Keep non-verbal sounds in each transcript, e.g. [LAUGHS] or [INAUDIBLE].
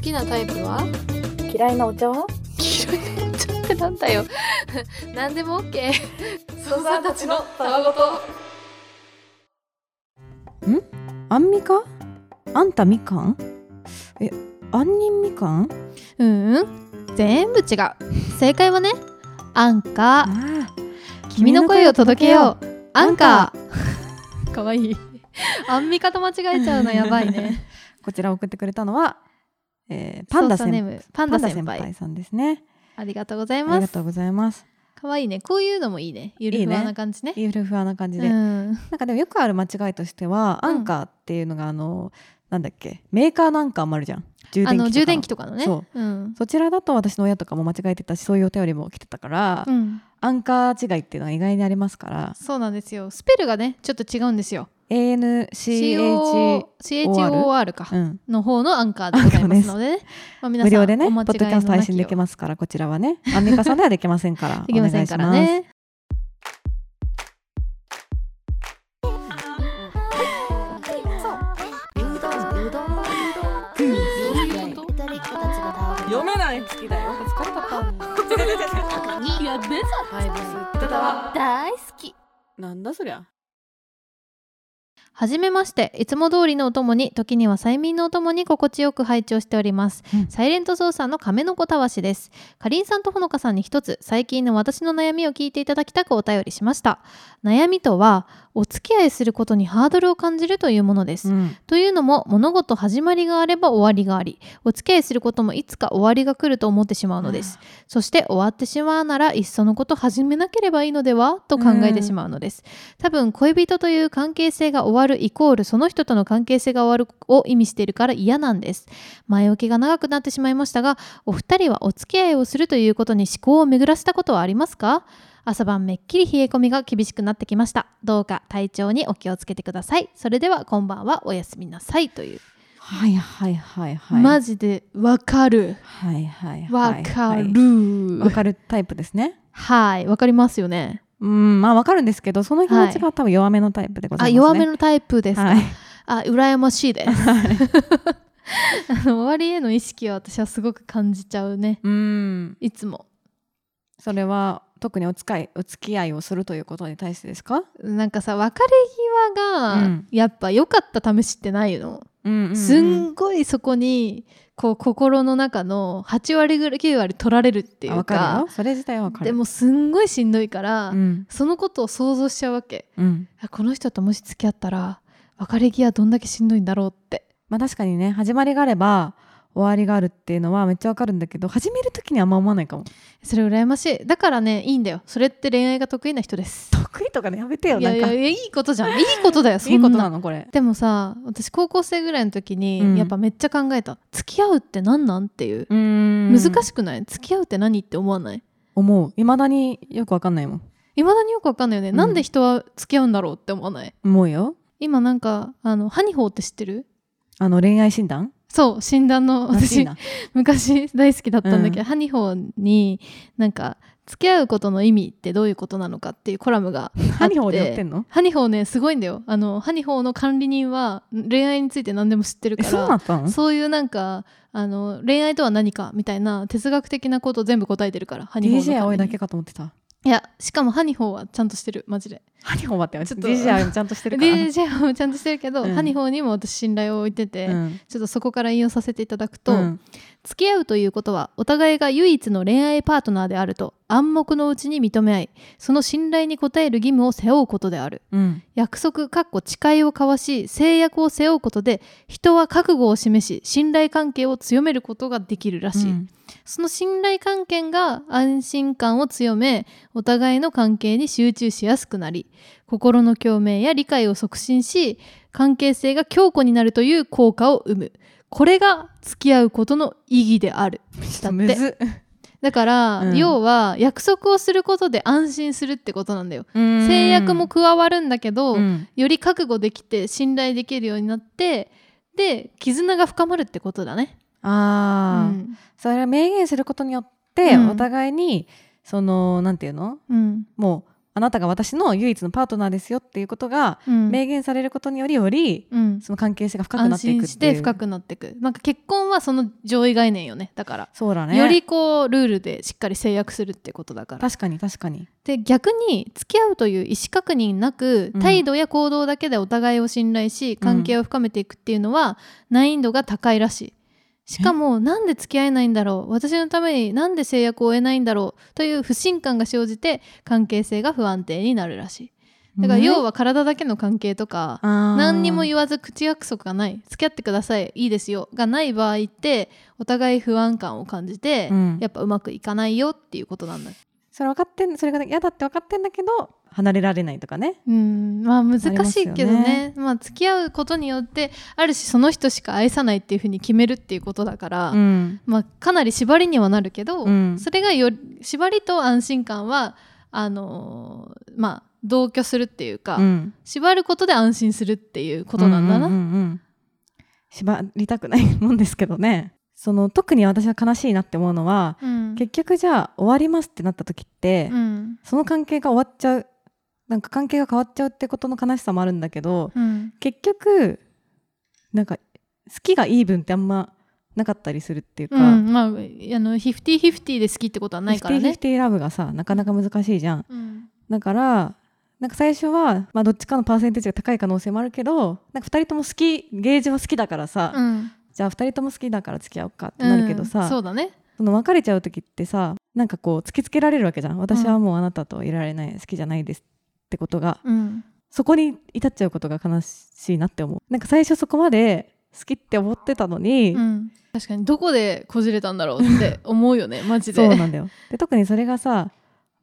きなタイプ [LAUGHS] は嫌いなお茶は黄色いなちょっとなんだよ何でも OK ソーサーたちのたわごとアンミカあんたみかんえ、杏仁みかんうーん全部違う正解はねアンカーあ君の声を届けようアアンンカカーかわいいアンミカと間違えちゃうのやばい [LAUGHS] ねこちらを送ってくれたのは、えーパンダ操作ネー先ムパンダパンダ先先輩輩さんですねありがとうございありまがすとうございますかわいいねこういうのもいいねゆるふいわいなね感じねゆるふわな感じで、うんなんかでもよくある間違いとしては、うんアンカーっていうのがあのなんだっけメーカーのアンカーもあるじゃん充電器とかあの充電器とかのね、そうんそちらだと私の親とかも間違えてたしそういうお便りも来てたから、うん、アンカー違いっていうのが意外にありますからそうなんですよスペルがねちょっと違うんですよ ANCH、 CHOR か、うん、の方のアンカーでございますのでね、まあ、皆さ無ん料でねおポ間ッ違ドキャスト配信できまますからこちらはねアンミカさんではできませんから [LAUGHS] できませんからね読めない好きだよ疲れたいや別に大好きなんだそりゃはじめましていつも通りのお供に時には催眠のお供に心地よく拝聴しております、うんサイレント操作の亀の子たわしですかりんさんとほのかさんに一つ最近の私の悩みを聞いていただきたくお便りしました悩みとはお付き合いすることにハードルを感じるというものです、うんというのも物事始まりがあれば終わりがありお付き合いすることもいつか終わりが来ると思ってしまうのです、そして終わってしまうならいっそのこと始めなければいいのではと考えてしまうのです、多分恋人という関係性が終わるイコールその人との関係性が終わるを意味しているから嫌なんです前置きが長くなってしまいましたがお二人はお付き合いをするということに思考を巡らせたことはありますか朝晩めっきり冷え込みが厳しくなってきましたどうか体調にお気をつけてくださいそれではこんばんはおやすみなさいという、はいはいはいはいマジでわかるはいはいはいわはいかるわかるタイプですねはいわかりますよねうんまあわかるんですけどその気持ちが多分弱めのタイプでござあいますね、弱めのタイプですか、はいあ羨ましいです [LAUGHS] あの周りへの意識を私はすごく感じちゃうねうんいつもそれは特にお使いお付き合いをするということに対してですか、なんかさ別れ際が、うんやっぱ良かった試しってないの、うんすんごいそこにこう心の中の8割ぐらい9割取られるっていあわうかるかよそれ自体はわかるでもすんごいしんどいから、うんそのことを想像しちゃうわけうんあこの人ともし付き合ったら別れ際どんだけしんどいんだろうってまあ確かにね始まりがあれば終わりがあるっていうのはめっちゃわかるんだけど始める時にあんま思わないかもそれ羨ましいだからねいいんだよそれって恋愛が得意な人です得意とかねやめてよいやいなんやかいやいいことじゃんいいことだよそんない [LAUGHS] いことなのこれでもさ私高校生ぐらいの時に、うんやっぱめっちゃ考えた付き合うって何なんっていう、難難しくない付き合うって何って思わない思ういまだによくわかんないもん未だによくわかんないよね、うんなんで人は付き合うんだろうって思わない思うよ今なんかあのハニホーって知ってるあの恋愛診断そう診断のらし私い [LAUGHS] な昔大好きだったんだけど、うんハニホーになんか付き合うことの意味ってどういうことなのかっていうコラムがあってハニホーでやってんのハニホーねすごいんだよあのハニホーの管理人は恋愛について何でも知ってるえからそうだったのそういうなんかあの恋愛とは何かみたいな哲学的なことを全部答えてるからハニホーの DJ 葵管だ理けかと思ってたいやしかもハニホーはちゃんとしてるマジでハニホーはってちちょょっとっと DJ 葵もちゃんとしてるから DJ はちゃんとしてるけど、うんハニホーにも私信頼を置いてて、うんちょっとそこから引用させていただくと、うん付き合うということはお互いが唯一の恋愛パートナーであると暗黙のうちに認め合いその信頼に応える義務を背負うことであるうん約束かっこ誓いを交わし制約を背負うことで人は覚悟を示し信頼関係を強めることができるらしい、その信頼関係が安心感を強めお互いの関係に集中しやすくなり心の共鳴や理解を促進し関係性が強固になるという効果を生むこれが付き合うことの意義であるちょっとむずだから、うん要は約束をすることで安心するってことなんだよ制制約も加わるんだけど、うんより覚悟できて信頼できるようになってで絆が深まるってことだね。あうあんそれを明言することによってうんお互いにそのなんていうのうんもうあなたが私の唯一のパートナーですよっていうことがうん明言されることによりよりうんその関係性が深くな安ってい心くっしていてう深くなっていくなんか結婚はその上位概念よねだから、そうだねよりこうルールでしっかり制約するってことだから確かに確かにで逆に付き合うという意思確認なくうん態度や行動だけでお互いを信頼し関係を深めていくっていうのは難易度が高いらしいしかもなんで付き合えないんだろう私のためになんで制約を得ないんだろうという不信感が生じて関係性が不安定になるらしいだから要は体だけの関係とか、何何にも言わず口約束がない付き合ってくださいいいですよがない場合ってお互い不安感を感じて、うんやっぱうまくいかないよっていうことなんだそれ分かってんそれが嫌だって分かってんだけど離れられないとかねうんまあ難しいけどありますよねねまあ付き合うことによってあるしその人しか愛さないっていうふうに決めるっていうことだから、んまあかなり縛りにはなるけど、うんそれがより縛りと安心感はあのーまあ同居するっていうか、うん縛ることで安心するっていうことなんだな、ううんうんうん縛りたくないもんですけどねその特に私は悲しいなって思うのはうん結局じゃあ終わりますってなった時って、うんその関係が終わっちゃうなんか関係が変わっちゃうってことの悲しさもあるんだけどうん結局なんか好きがイーブンってあんまなかったりするっていうか、うん、まああのフィフティフィフティで好きってことはないからね。 50-50ラブがさなかなか難しいじゃんうんだからなんか最初は、まあ、どっちかのパーセンテージが高い可能性もあるけどなんか2人とも好きゲージは好きだからさ、うんじゃあ2人とも好きだから付き合おうかってなるけどさ、うんそうだね。その別れちゃう時ってさなんかこう突きつけられるわけじゃん私はもうあなたといられない、好きじゃないですってことがうんそこに至っちゃうことが悲しいなって思うなんか最初そこまで好きって思ってたのに、うん確かにどこでこじれたんだろうって思うよ [LAUGHS] ねマジで。そうなんだよで特にそれがさ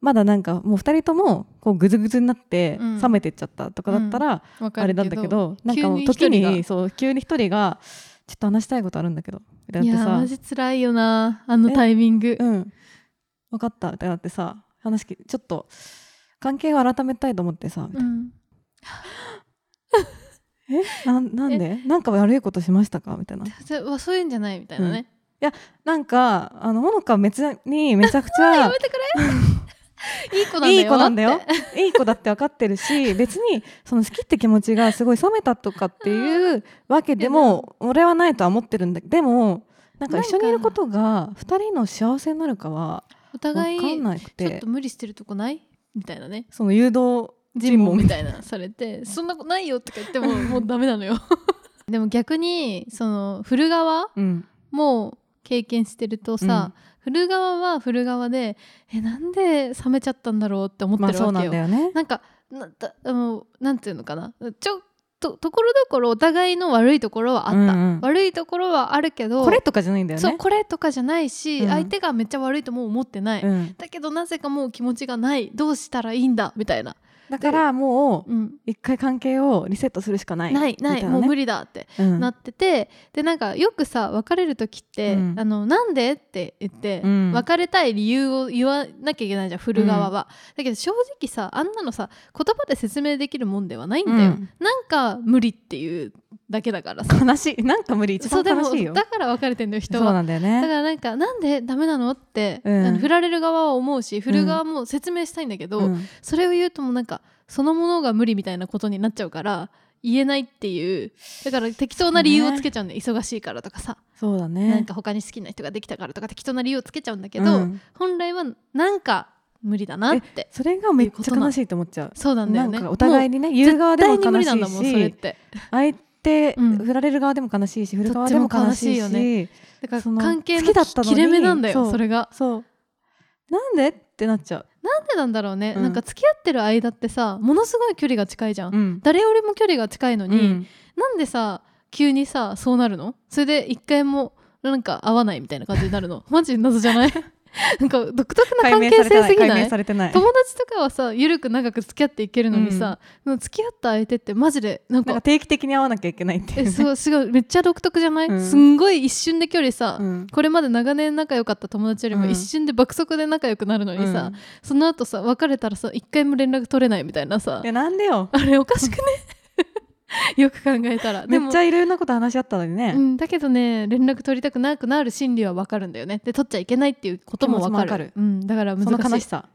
まだなんかもう2人ともこうグズグズになってうん冷めてっちゃったとかだったら、わかあれるなんだけどなんかもう急時に一人にがそう急に一人が「ちょっと話したいことあるんだけど」みたいいにやなっマてさジ辛いよなあのタイミング「う。ん分かった」みたいになってさ話聞きちょっと関係を改めたいと思ってさ「うんえなんなんでなんか悪いことしましたか?」みたいなそれはそういうんじゃないみたいなね。なんかあのほのかは別にめちゃくちゃ [LAUGHS] やめてく [LAUGHS] れ。いい子なんだよ。いい子なんだよって。いい子だって分かってる [LAUGHS] し別にその好きって気持ちがすごい冷めたとかっていうわけでも俺はないとは思ってるんだでもなんか一緒にいることが2人の幸せになるかはお分か互いんなくちょってと無理してるとこないみたいなね。その誘導尋問み尋たいなされてそんなことないよとか言ってももうダメなのよ [LAUGHS] でも逆にその振る側うんも経験してるとさ、振る側は振る側でえなんで冷めちゃったんだろうって思ってまあるわけよ,、そうなんだよねなんかなだあのなんていうのかなちょっとところどころお互いの悪いところはあった、うんうん悪いところはあるけどこれとかじゃないんだよねそうこれとかじゃないし、うん相手がめっちゃ悪いとも思ってない、うん、だけどなぜかもう気持ちがないどうしたらいいんだみたいな、だからもううん、一回関係をリセットするしかないないないもう無理理だってななってて、でなんかよくさ別れる時って「うんあのなんで?」って言って、うん別れたい理由を言わなきゃいけないじゃん振る側は、だけど正直さあんなのさ言葉で説明できるもんではないんだよ、うんなんか無理っていうだけだからさ悲しい [LAUGHS] なんか無理一そ番うで悲もしいよだから別れてんのよ人そうは。なんだよだかねらなんかなんでダメなのって、うんあの振られる側は思うし振る側も説明したいんだけど、うんそれを言うともうなんかそのものが無理みたいなことになっちゃうから言えないっていうだから適当な理由をつけちゃうんで、忙しいからとかさ、そうだねなんか他に好きな人ができたからとか適当な理由をつけちゃうんだけど、うん本来はなんか無理だなってそれがめっちゃ悲しいと思っちゃうそうなんだよねなんかお互いもにねう言う側でも絶対に無悲理なんだもんそれしっいして相手、うん振られる側でも悲しいし振る側でどもっちも悲悲ししいいよしねだからその関係好のきだったのに切れ目なんだよそそうれがそうなんでってなっちゃう、なんでなんだろうね、うんなんか付き合ってる間ってさものすごい距離が近いじゃん、うん誰よりも距離が近いのに、うんなんでさ急にさそうなるのそれで一回もなんか合わないみたいな感じになる [LAUGHS] のマジ謎じゃないなんか独特な関係性すぎない解明されてない解明されてない友達とかはさ緩く長く付き合っていけるのにさ、付き合った相手ってマジでなんなんかか定期的に会わなきゃいけないっていうえね [LAUGHS] そうすごいめっちゃ独特じゃない、うんすんごい一瞬で距離さ、うんこれまで長年仲良かった友達よりもうん一瞬で爆速で仲良くなるのにさ、うんその後さ別れたらさ一回も連絡取れないみたいなさいやなんでよあれおかしくね [LAUGHS] よく考えたらめでっもちゃいろんなこと話し合ったのにね、うん、だけどね連絡取りたくなくなる心理はわかるんだよねで取っちゃいけないっていうこともわかる気持ちもわかるうん、だからその難悲ししいさ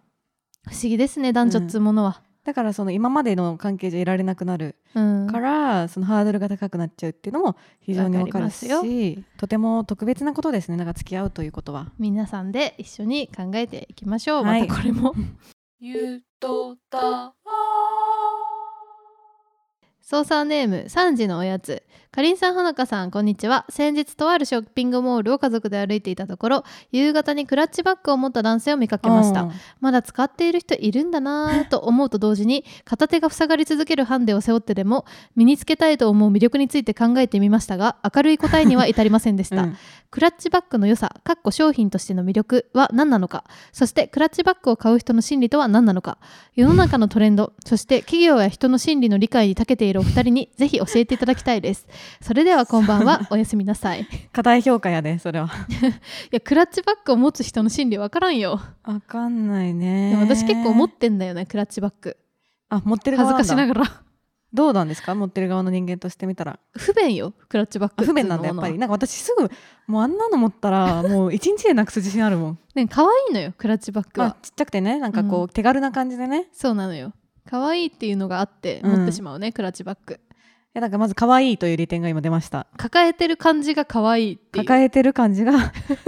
不思議ですね男女っつうものは、だからその今までの関係じゃいられなくなるうんから、そのハードルが高くなっちゃうっていうのも非常にわかるしわかとても特別なことですねなんか付き合うということは。皆さんで一緒に考えていきましょう、はいまたこれ [LAUGHS] もゆとたわ操作ネーム3時のおやつかりんさんはなかさんこんにちは先日とあるショッピングモールを家族で歩いていたところ夕方にクラッチバッグを持った男性を見かけましたうんまだ使っている人いるんだなぁと思うと同時に片手が塞がり続けるハンデを背負ってでも身につけたいと思う魅力について考えてみましたが明るい答えには至りませんでした、うんクラッチバッグの良さかっこ商品としての魅力は何なのかそしてクラッチバッグを買う人の心理とは何なのか世の中のトレンドそして企業や人の心理の理解に長けているお二人にぜひ教えていただきたいですそれではこんばん [LAUGHS] はおやすみなさいい過大評価やでそれは。やクラッチバッグを持つ人の心理わからんよわかんないね。でも私結構持ってんだよねクラッチバッグあ持ってる恥側ずなんだかしながらどうなんですか持ってる側の人間としてみたら不便よクラッチバッあグ不便なんだやっぱりなんか私すぐもうあんなの持ったらもう一日でなくす自信あるも [LAUGHS] ん、ね可愛いのよクラッチバッグまは、あ、ちっちゃくてねなんかこう、うん手軽な感じでねいそうなのよ可愛いっていうのがあってうん持ってしまうね、クラッチバッグやなんかまず可愛いという利点が今出ました抱えてる感じが可愛いっていう抱えてる感じ [LAUGHS] が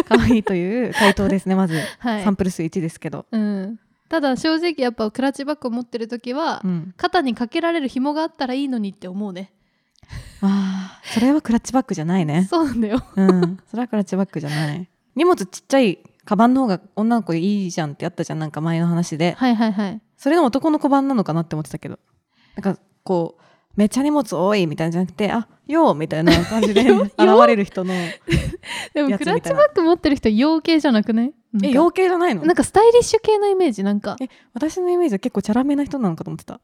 可愛いという回答ですね [LAUGHS] まず、はいサンプル数1ですけど、うん、ただ正直やっぱクラッチバッグを持ってる時は、うん、肩にかけられる紐があったらいいのにって思うねあーそれはクラッチバッグじゃないねそうなんだようんそれはクラッチバッグじゃない荷物ちっちゃいカバンの方が女の子いいじゃんってあったじゃんなんか前の話ではいはいはいそれの男の小判なのかなって思ってたけどなんかこうめっちゃ荷物多いみたいなんじゃなくてあ [LAUGHS] ようみたいな感じでよう現れる人のえでもやつクみたいラなッチバッグ持ってる人洋系じゃなくねなんか洋系じゃないのなんかスタイリッシュ系のイメージなんかえ私のイメージは結構チャラめな人なのかと思ってた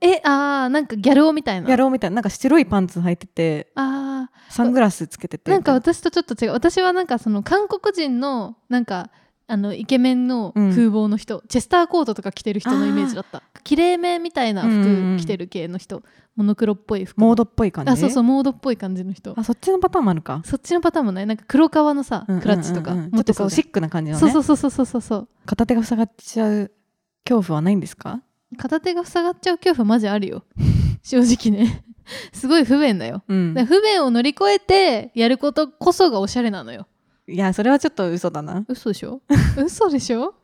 えあーなんかギャル男みたいなやろうみたいななんか白いパンツ履いててあーサングラスつけててなんかみたい私とちょっと違う私はなんかその韓国人のなんかあのイケメンの風貌の人、チェスターコートとか着てる人のイメージだったきれいめみたいなうんうんう服ん着てる系の人、モノクロっぽい服なモードっぽい感じあそうそううモードっぽい感じの人あそっちのパターンもあるか、そっちのパターンもないなんか黒革のさうんうんうんうんクラッチとかちょっとこそううじシックな感じゃんのねそうそうそうそうそうそう片手が塞がっちゃう恐怖はないんですか片手が塞がっちゃう恐怖マジあるよ [LAUGHS] 正直ねすごい不便だようんだから不便を乗り越えてやることこそがおしゃれなのよいやそれはちょっと嘘だない嘘でし [LAUGHS] ょ嘘でしょ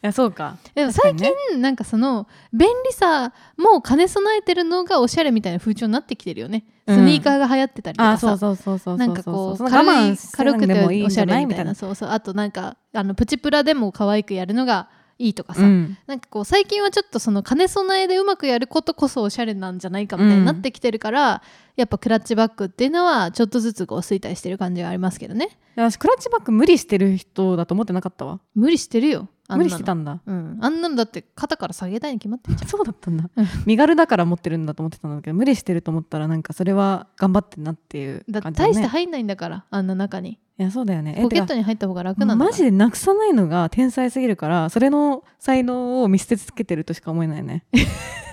やそうかでも確か最に近ねなんかその便利さも兼ね備えてるのがおしゃれみたいな風潮になってきてるよね、うんスニーカーが流行ってたりとあかそうさそうそうそうそうなんかこうそんな我軽慢いし軽なくくてもいていおんしじゃゃなれいみみたたいいななそうそうあとなんかあのプチプラでも可愛くやるのがいいとかさ、うんなんかこう最近はちょっとその兼ね備えでうまくやることこそおしゃれなんじゃないかみたいになってきてるから、やっぱクラッチバッグっていうのはちょっとずつこう衰退してる感じがありますけどね私クラッチバッグ無理してる人だと思ってなかったわ無理してるよあんなの無理してたんだうん、あんなのだって肩から下げたいに決まってんじゃん [LAUGHS] そうだったんだうん身軽だから持ってるんだと思ってたんだけど無理してると思ったらなんかそれは頑張ってんなっていうだって感じだ、ね、大して入んないんだからあんな中にいやそうだよねえポケッてトかに入った方が楽なんだからマジでなくさないのが天才すぎるからそれの才能を見せつけてるとしか思えないね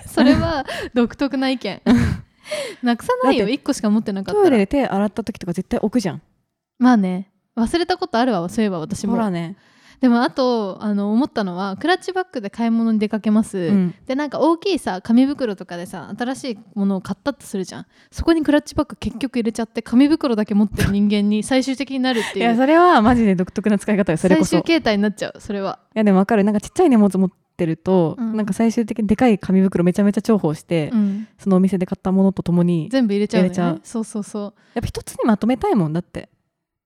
それは独特な意見 [LAUGHS] なくさないよだっ1個しか持ってなかっトたイレらで手洗った時とか絶対置くじゃんまあね忘れたことあるわそういえば私ほらもね、でもあとあの思ったのはクラッチバッグで買い物に出かけます、うん、でなんか大きいさ紙袋とかでさ新しいものを買ったとするじゃんそこにクラッチバッグ結局入れちゃって紙袋だけ持ってる人間 [LAUGHS] に最終的になるっていいやうそれはマジで独特な使い方よそれこ最そい終形態になっちゃうそれはやでもわかるなんかちっちゃい荷物持ってると、うんなんか最終的にでかい紙袋めちゃめちゃ重宝して、うんそのお店で買ったものとともに全部入れちゃう,、ね、入れちゃうそうそうそうやっぱ一つにまとめたいもんだって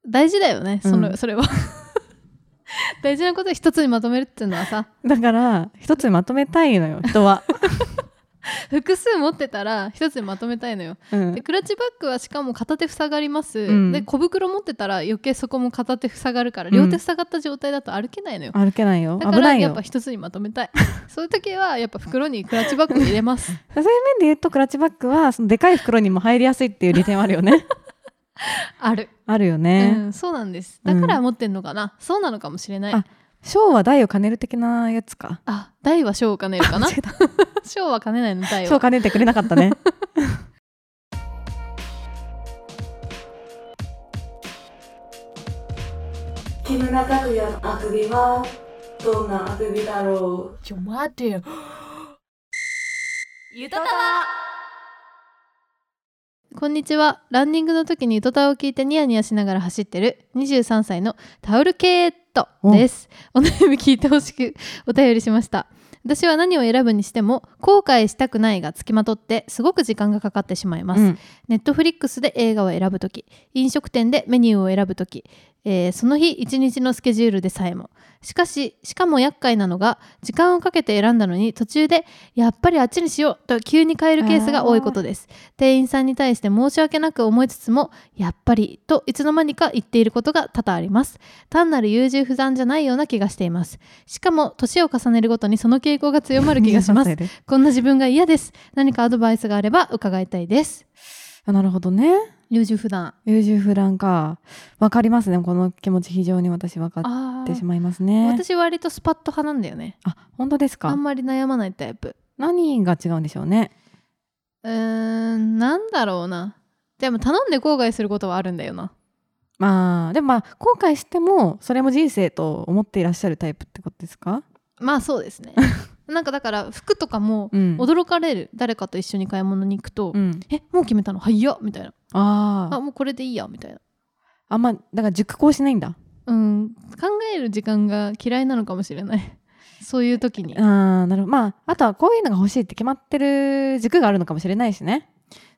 大事だよねその、うんそれは [LAUGHS] 大事なことを一つにまとめるっていうのはさだから一つにまとめたいのよ [LAUGHS] 人は、複数持ってたら一つにまとめたいのようんでクラッチバッグはしかも片手塞がります、うんで小袋持ってたら余計そこも片手塞がるからうん両手塞がった状態だと歩けないのよ、歩けないよだか危らないやっよぱ一つにまとめたい [LAUGHS] そういう時はやっぱ袋にクラッチバッグを入れますそういう面で言うとクラッチバッグはそのでかい袋にも入りやすいっていう利点はあるよね [LAUGHS] ある、 [LAUGHS] あるようね、ん、そうなんですだから持ってんのかな、そうなのかもしれないああ小は大を兼ねる的なやつか大は小を兼ねるか [LAUGHS] な間違えた小は兼ねないの大は小兼ねてくれなかったね木村拓哉のあくびはどんな遊びだろうちょ待てよゆとたわこんにちはランニングの時に歌タを聞いてニヤニヤしながら走ってる23歳のタオルケートですお悩み聞いてほしくお便りしました私は何を選ぶにしても後悔したくないがつきまとってすごく時間がかかってしまい [LAUGHS] ます、うんネットフリックスで映画を選ぶとき飲食店でメニューを選ぶとき、えーその日一日のスケジュールでさえもしかししかも厄介なのが時間をかけて選んだのに途中でやっぱりあっちにしようと急に変えるケースが多いことです店員さんに対して申し訳なく思いつつもやっぱりといつの間にか言っていることが多々あります単なる優柔不断じゃないような気がしていますしかも年を重ねるごとにその傾向が強まる気がしま [LAUGHS] す23歳でこんな自分が嫌です何かアドバイスがあれば伺いたいですあなるほどね優柔不断優柔不断かわかりますねこの気持ち非常に私分かっあてしまいますね私割とスパッと派なんだよねあ本当ですあかんまり悩まないタイプ何が違うんでしょうねうーんなんだろうなでも頼んで後悔することはあるんだよなまあでもまあ後悔してもそれも人生と思っていらっしゃるタイプってことですかまあそう [LAUGHS] ですねなんかだから服とかもうん驚かれる、誰かと一緒に買い物に行くと「うんえもう決めたのはいや」みたいなあ「ああもうこれでいいや」みたいなあんまだから熟考しないんだうん考える時間が嫌いなのかもしれない [LAUGHS] そういう時 [LAUGHS] にああなるほどまああとはこういうのが欲しいって決まってる軸があるのかもしれないしね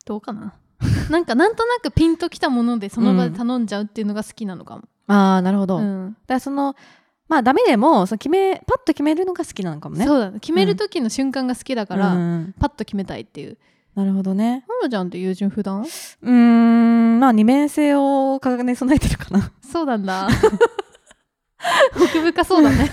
どうかな [LAUGHS] なんかなんとなくピンときたものでその場で頼んじゃうっていうのが好きなのかも、ああなるほど、うだかんらそのまあダメでもその決めパッと決めるのが好きなのかもねそうだね決める時の瞬間が好きだだから、パッと決めたいっていうなるほどねほのちゃんって優柔不断うーんまあ二面性を掲げ備えてるかな [LAUGHS] そうなんだ奥深そうだね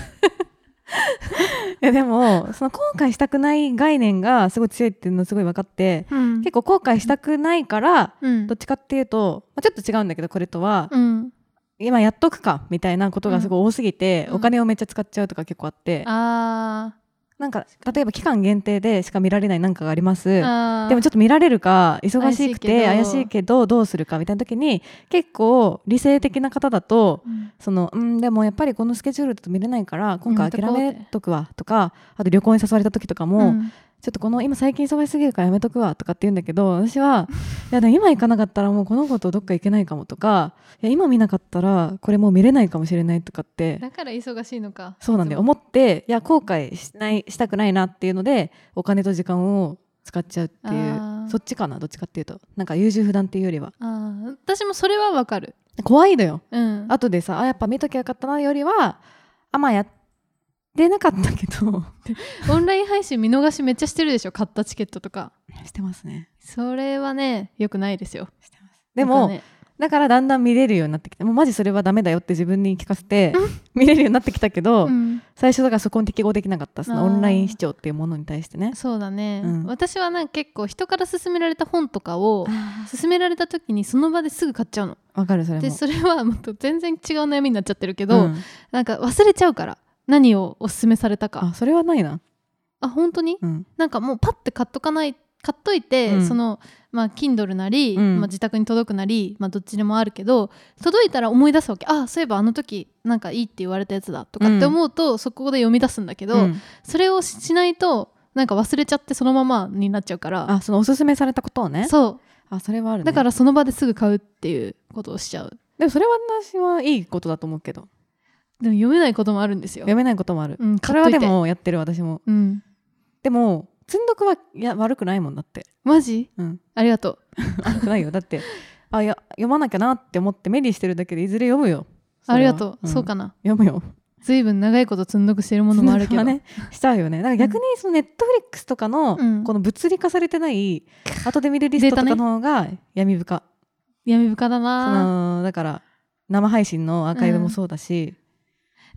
えでもその後悔したくない概念がすごい強いっていうのすごい分かってうん結構後悔したくないからうんどっちかっていうと、まあ、ちょっと違うんだけどこれとは、うん今やっとくかみたいなことがすごい多すぎて、うんお金をめっちゃ使っちゃうとか結構あって、あなんか例えば期間限定でしか見られないなんかがありますーあでもちょっと見られるか忙しくて怪しいけど怪しいけどどうするかみたいな時に結構理性的な方だょとそのうんでもやっぱりこのスケジュールだと見れないから今やめ回と諦こうってめとくわとかあと旅行に誘われた時とかも、ちょっとこの今最近忙しすぎるからやめとくわとかって言うんだけど私はいやでも今行かなかったらもうこの子とどっか行けないかもとかいや今見なかったらこれもう見れないかもしれないとかってだから忙しいのかそうなんだよ思っていや後悔しないしたくないなっていうのでお金と時間を使っちゃうっていあーうそっちかなどっちかっていうとなんか優柔不断っていうよりはあー私もそれはわかる怖いのようん後でさあやっぱ見ときゃよかったなよりはあまあやってなかったけどオンライン配信見逃しめっちゃしてるでしょ買ったチケットとか [LAUGHS] してますねそれはねよくないですよでなんも、かねだからだんだん見れるようになってきてもうマジそれはダメだよって自分に聞かせて [LAUGHS] 見れるようになってきたけど、うん最初だからそこに適合できなかったそのあーオンライン視聴っていうものに対してね。そうだね、うん私はなんか結構人から勧められた本とかをあ勧められた時にその場ですぐ買っちゃうのーわかるそれも。でそれはもっと全然違う悩みになっちゃってるけうど、んなんか忘れちゃうから何をおすすめされたかあそれはないな。あ本当にうんなんかもうパッて買っとかない買っといて、うんそのまあ Kindle なり、うんまあ、自宅に届くなり、まあ、どっちでもあるけど届いたら思い出すわけあそういえばあの時なんかいいって言われたやつだとかって思うと、そこで読み出すんだけど、うんそれをししないとなんか忘れちゃってそのままになっちゃうからあそのおすすめされたことをね。そあそれはある、うね。だからその場ですぐ買うっていうことをしちゃうでもそれは私はいいことだと思うけどでも読めないこともあるんですよ読、めないこともある。うん、そ買れっとはいてでもやってる私も。うん、でも積んどくはいや悪くないもんだって。マジうん、ありがとう悪くないよだって [LAUGHS] あいや読まなきゃなって思って目にしてるだけでいずれ読むよ。そあれりはがとう、んそうかな読むよ。随分長いこと積んどくしてるものもあ [LAUGHS] るけど、ね、しちゃうよねだから逆にそのネットフリックスとかの、うんこの物理化されてない後で見れるリストとかの方が闇深、闇深だそなのだから生配信のアーカイブもそうだし、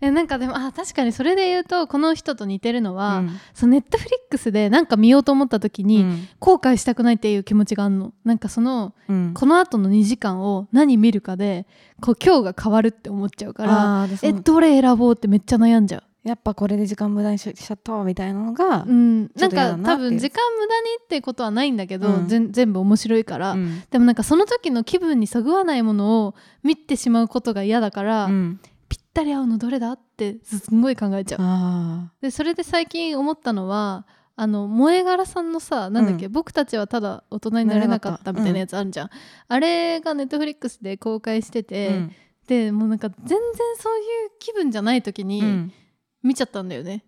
えなんかでもあ確かにそれで言うとこの人と似てるのうは、んそのネットフリックスでなんか見ようと思った時に、後悔したくないっていう気持ちがあるのなんかそのうんこの後の2時間を何見るかでこう今日が変わるって思っちゃうからあーでそえのどれ選ぼうってめっちゃ悩んじゃうやっぱこれで時間無駄にしちゃったわみたいなのが、うんちなょっんと嫌だなかってい多う分時間無駄にってことはないんだけど、うんぜん全部面白いから、うんでもなんかその時の気分にそぐわないものを見てしまうことが嫌だから、うんぴった人会うのどれだってすんごい考えちゃうあでそれで最近思ったのはあの萌え柄さんのさなんだっけ、うん僕たちはただ大人になれなかったなれなかったみたいなやつあるじゃん、あれがネットフリックスで公開してーて、うんでもうなんか全然そういう気分じゃない時うにん見ちゃったんだよね、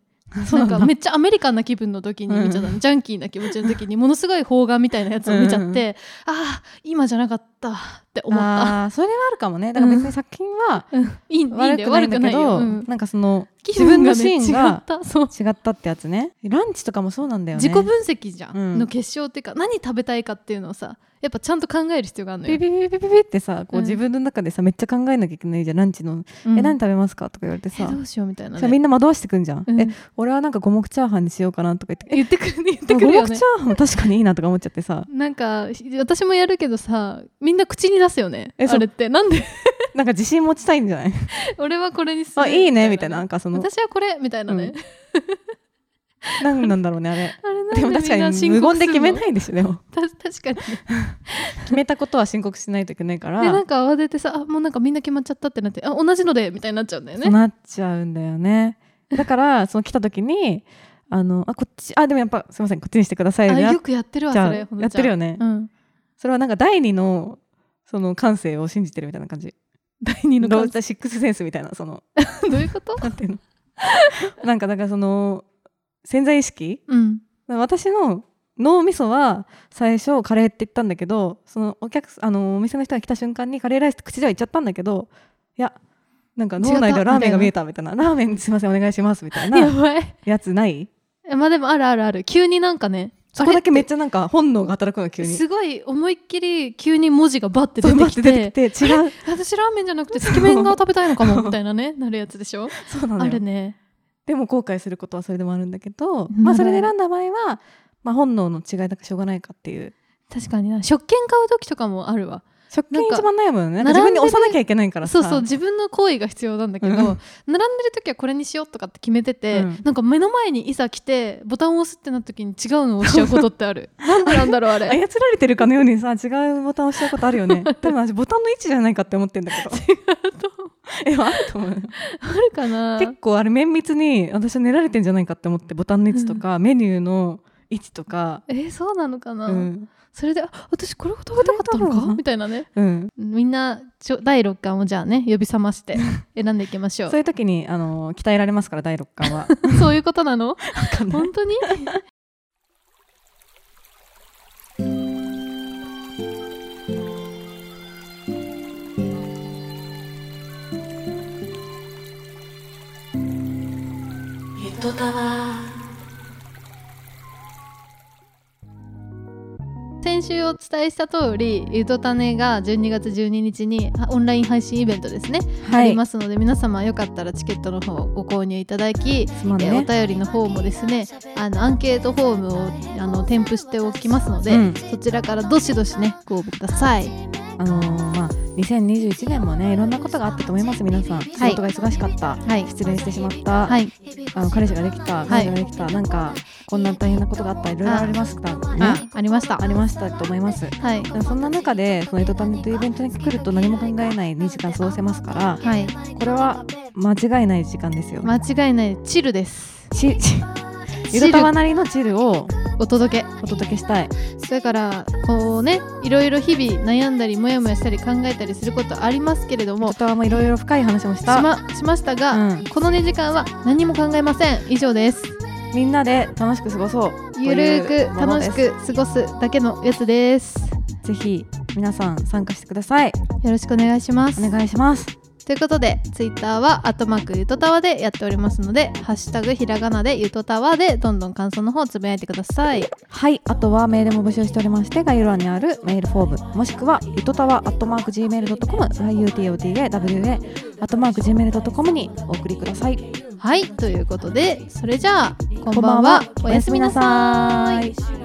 そうななんんだかめっちゃアメリカンな気分の時に見ちゃったの、うジャンキーな気持ちの時にものすごい邦画みたいなやつを見ちゃって、ああ今じゃなかったって思ったあーそれはあるかもねだから別に作品はうんいいいいんだ悪よくな悪いんだくけないよ、どうんなんかその気自分分がのねシ違ーンっがたそう違ったってやつねランチとかもそうなんだよね自己分析じゃん、うんの結晶っていうか何食べたいかっていうのをさやっぱちゃんと考える必要があるのピよ。ピピピピピってさうこうん自分の中でさめっちゃ考えなきゃいけないじゃんランチの「うんえ何食べますか?」とか言われてえさどうしようみたいな、さみねんな惑わしてくんじゃんう「んえ俺はなんか五目チャーハンにしようかな」とか言 [LAUGHS] 言って「えってくるね言ってでもく五るよ目チねャ。ーハンも確かにいいな」とか思っちゃっ [LAUGHS] てさなんか私もやるけどさみんな口に出すよねえそうあれってなんで [LAUGHS] なんか自信持ちたいんじゃない俺はこれにするあいいねみたいななんかその私はこれみたいなね、何なんだろうねあれあれでなもんで確みんかなに申無告言すで決めいないでしょでも [LAUGHS] [LAUGHS] 確かに決めたことは申告しないといけないかでならんか慌ててさあもうなんかみんな決まっちゃったってなってあ同じのでみたいになっちゃうんだよそうねなっちゃうんだよねだからその来た時にあのあこっちあでもやっぱすいませんこっちにしてくださあいねよくやってるわじゃそあれほのちゃんやってるよねうんそれはなんか第二のその感性を信じてるみたいな感じ第二のど感うし想たシックスセンスみたいなその [LAUGHS] どういうことなんていうの [LAUGHS] なんかだからその潜在意識うん私の脳みそは最初カレーって言ったんだけどそのお客あのお店の人が来た瞬間にカレーライスって口では言っちゃったんだけどいやなんか脳内ではラーメンが見えたみた [LAUGHS] いなラーメンすいませんお願いしますみたいやなばいやつないえまあでもあるあるある急になんかねそこだけめっちちゃなんか本能が働くの急にすごい思いっきり急に文字がバッて出そうて待きってて [LAUGHS] 出てきて違う私ラーメンじゃなくてつけ麺が食べたいのかそもうみたいなねなるやつでしょ [LAUGHS] そうなのあよるねでも後悔することはそれでもあるんだけど、んまあ、それで選んだ場合は、まあ、本能の違いだからしょうがないかっていう確かにな食券買う時とかもあるわ食なん券か一番悩むよねなんか並んで自分にる押さなきゃいけないからそさうそう自分の行為が必要なんだけどうん並んでる時はこれにしようとかって決めてて、うんなんか目の前にいざ来てボタンを押すってなった時に違うのを押しちゃうことってある [LAUGHS] なんでなんだろうあれ [LAUGHS] 操られてるかのようにさ違うボタン押しちゃうことあるよ [LAUGHS] ね多分私ボタンの位置じゃないかって思ってんだけど違うとえあると思うよあるかな結構あれ綿密に私は練られてんじゃないかって思ってボタンの位置とか、メニューの位置とかえーそうなのかな、うんそれであ私これが食べたかったのこれだろうかなみたいなねうんみんなちょ第6巻をじゃあね呼び覚ま [LAUGHS] して選んでいきましょうそういう時にあの鍛えられますから第六 [LAUGHS] 感はそういうことなのわかんない本当にゆとたわ先週お伝えした通りゆとたねが12月12日にあオンライン配信イベントですね、はありいますので皆様よかったらチケットの方ご購入いただき、すまんえねお便りの方もですねあのアンケートフォームをあの添付しておきますので、うんそちらからどしどしねご応募くださいあのーまあ2021年もねいろんなことがあったと思います皆さん仕事が忙しかった、はい失恋してしまった、はいあの彼氏ができたは彼い女ができた、なんかこんな大変なことがあったいろいろありましたあねありましたありましたと思いますはいでもそんな中でこの「エトタメ」というイベントに来ると何も考えない2時間過ごせますからはいこれは間違いない時間ですよ、間違いないチルですちちゆチるルたわなりのチルをお届けお届けしたいだからこうねいろいろ日々悩んだりもやもやしたり考えたりすることありますけれどゆもとしたわもいろいろ深い話もしたましましたが、うん、このね時間は何も考えません以上ですみんなで楽しく過ごそうゆるといーうくもの楽でしすく過ごすだけのやつですぜひ皆さん参加してくださいよろしくお願いしますお願いしますということでツイッターは「アットマークゆとたわ」でやっておりますので「ハッシュタグひらがな」で「ゆとたわ」でどんどん感想の方をつぶやいてくださいはいあとはメールも募集しておりまして概要欄にあるメールフォームもしくはゆとたわ atmarkgmail.com yutotawa アットマーク gmail.com にお送りくださいはいということでそれじゃあこんばんはおやすみなさーいい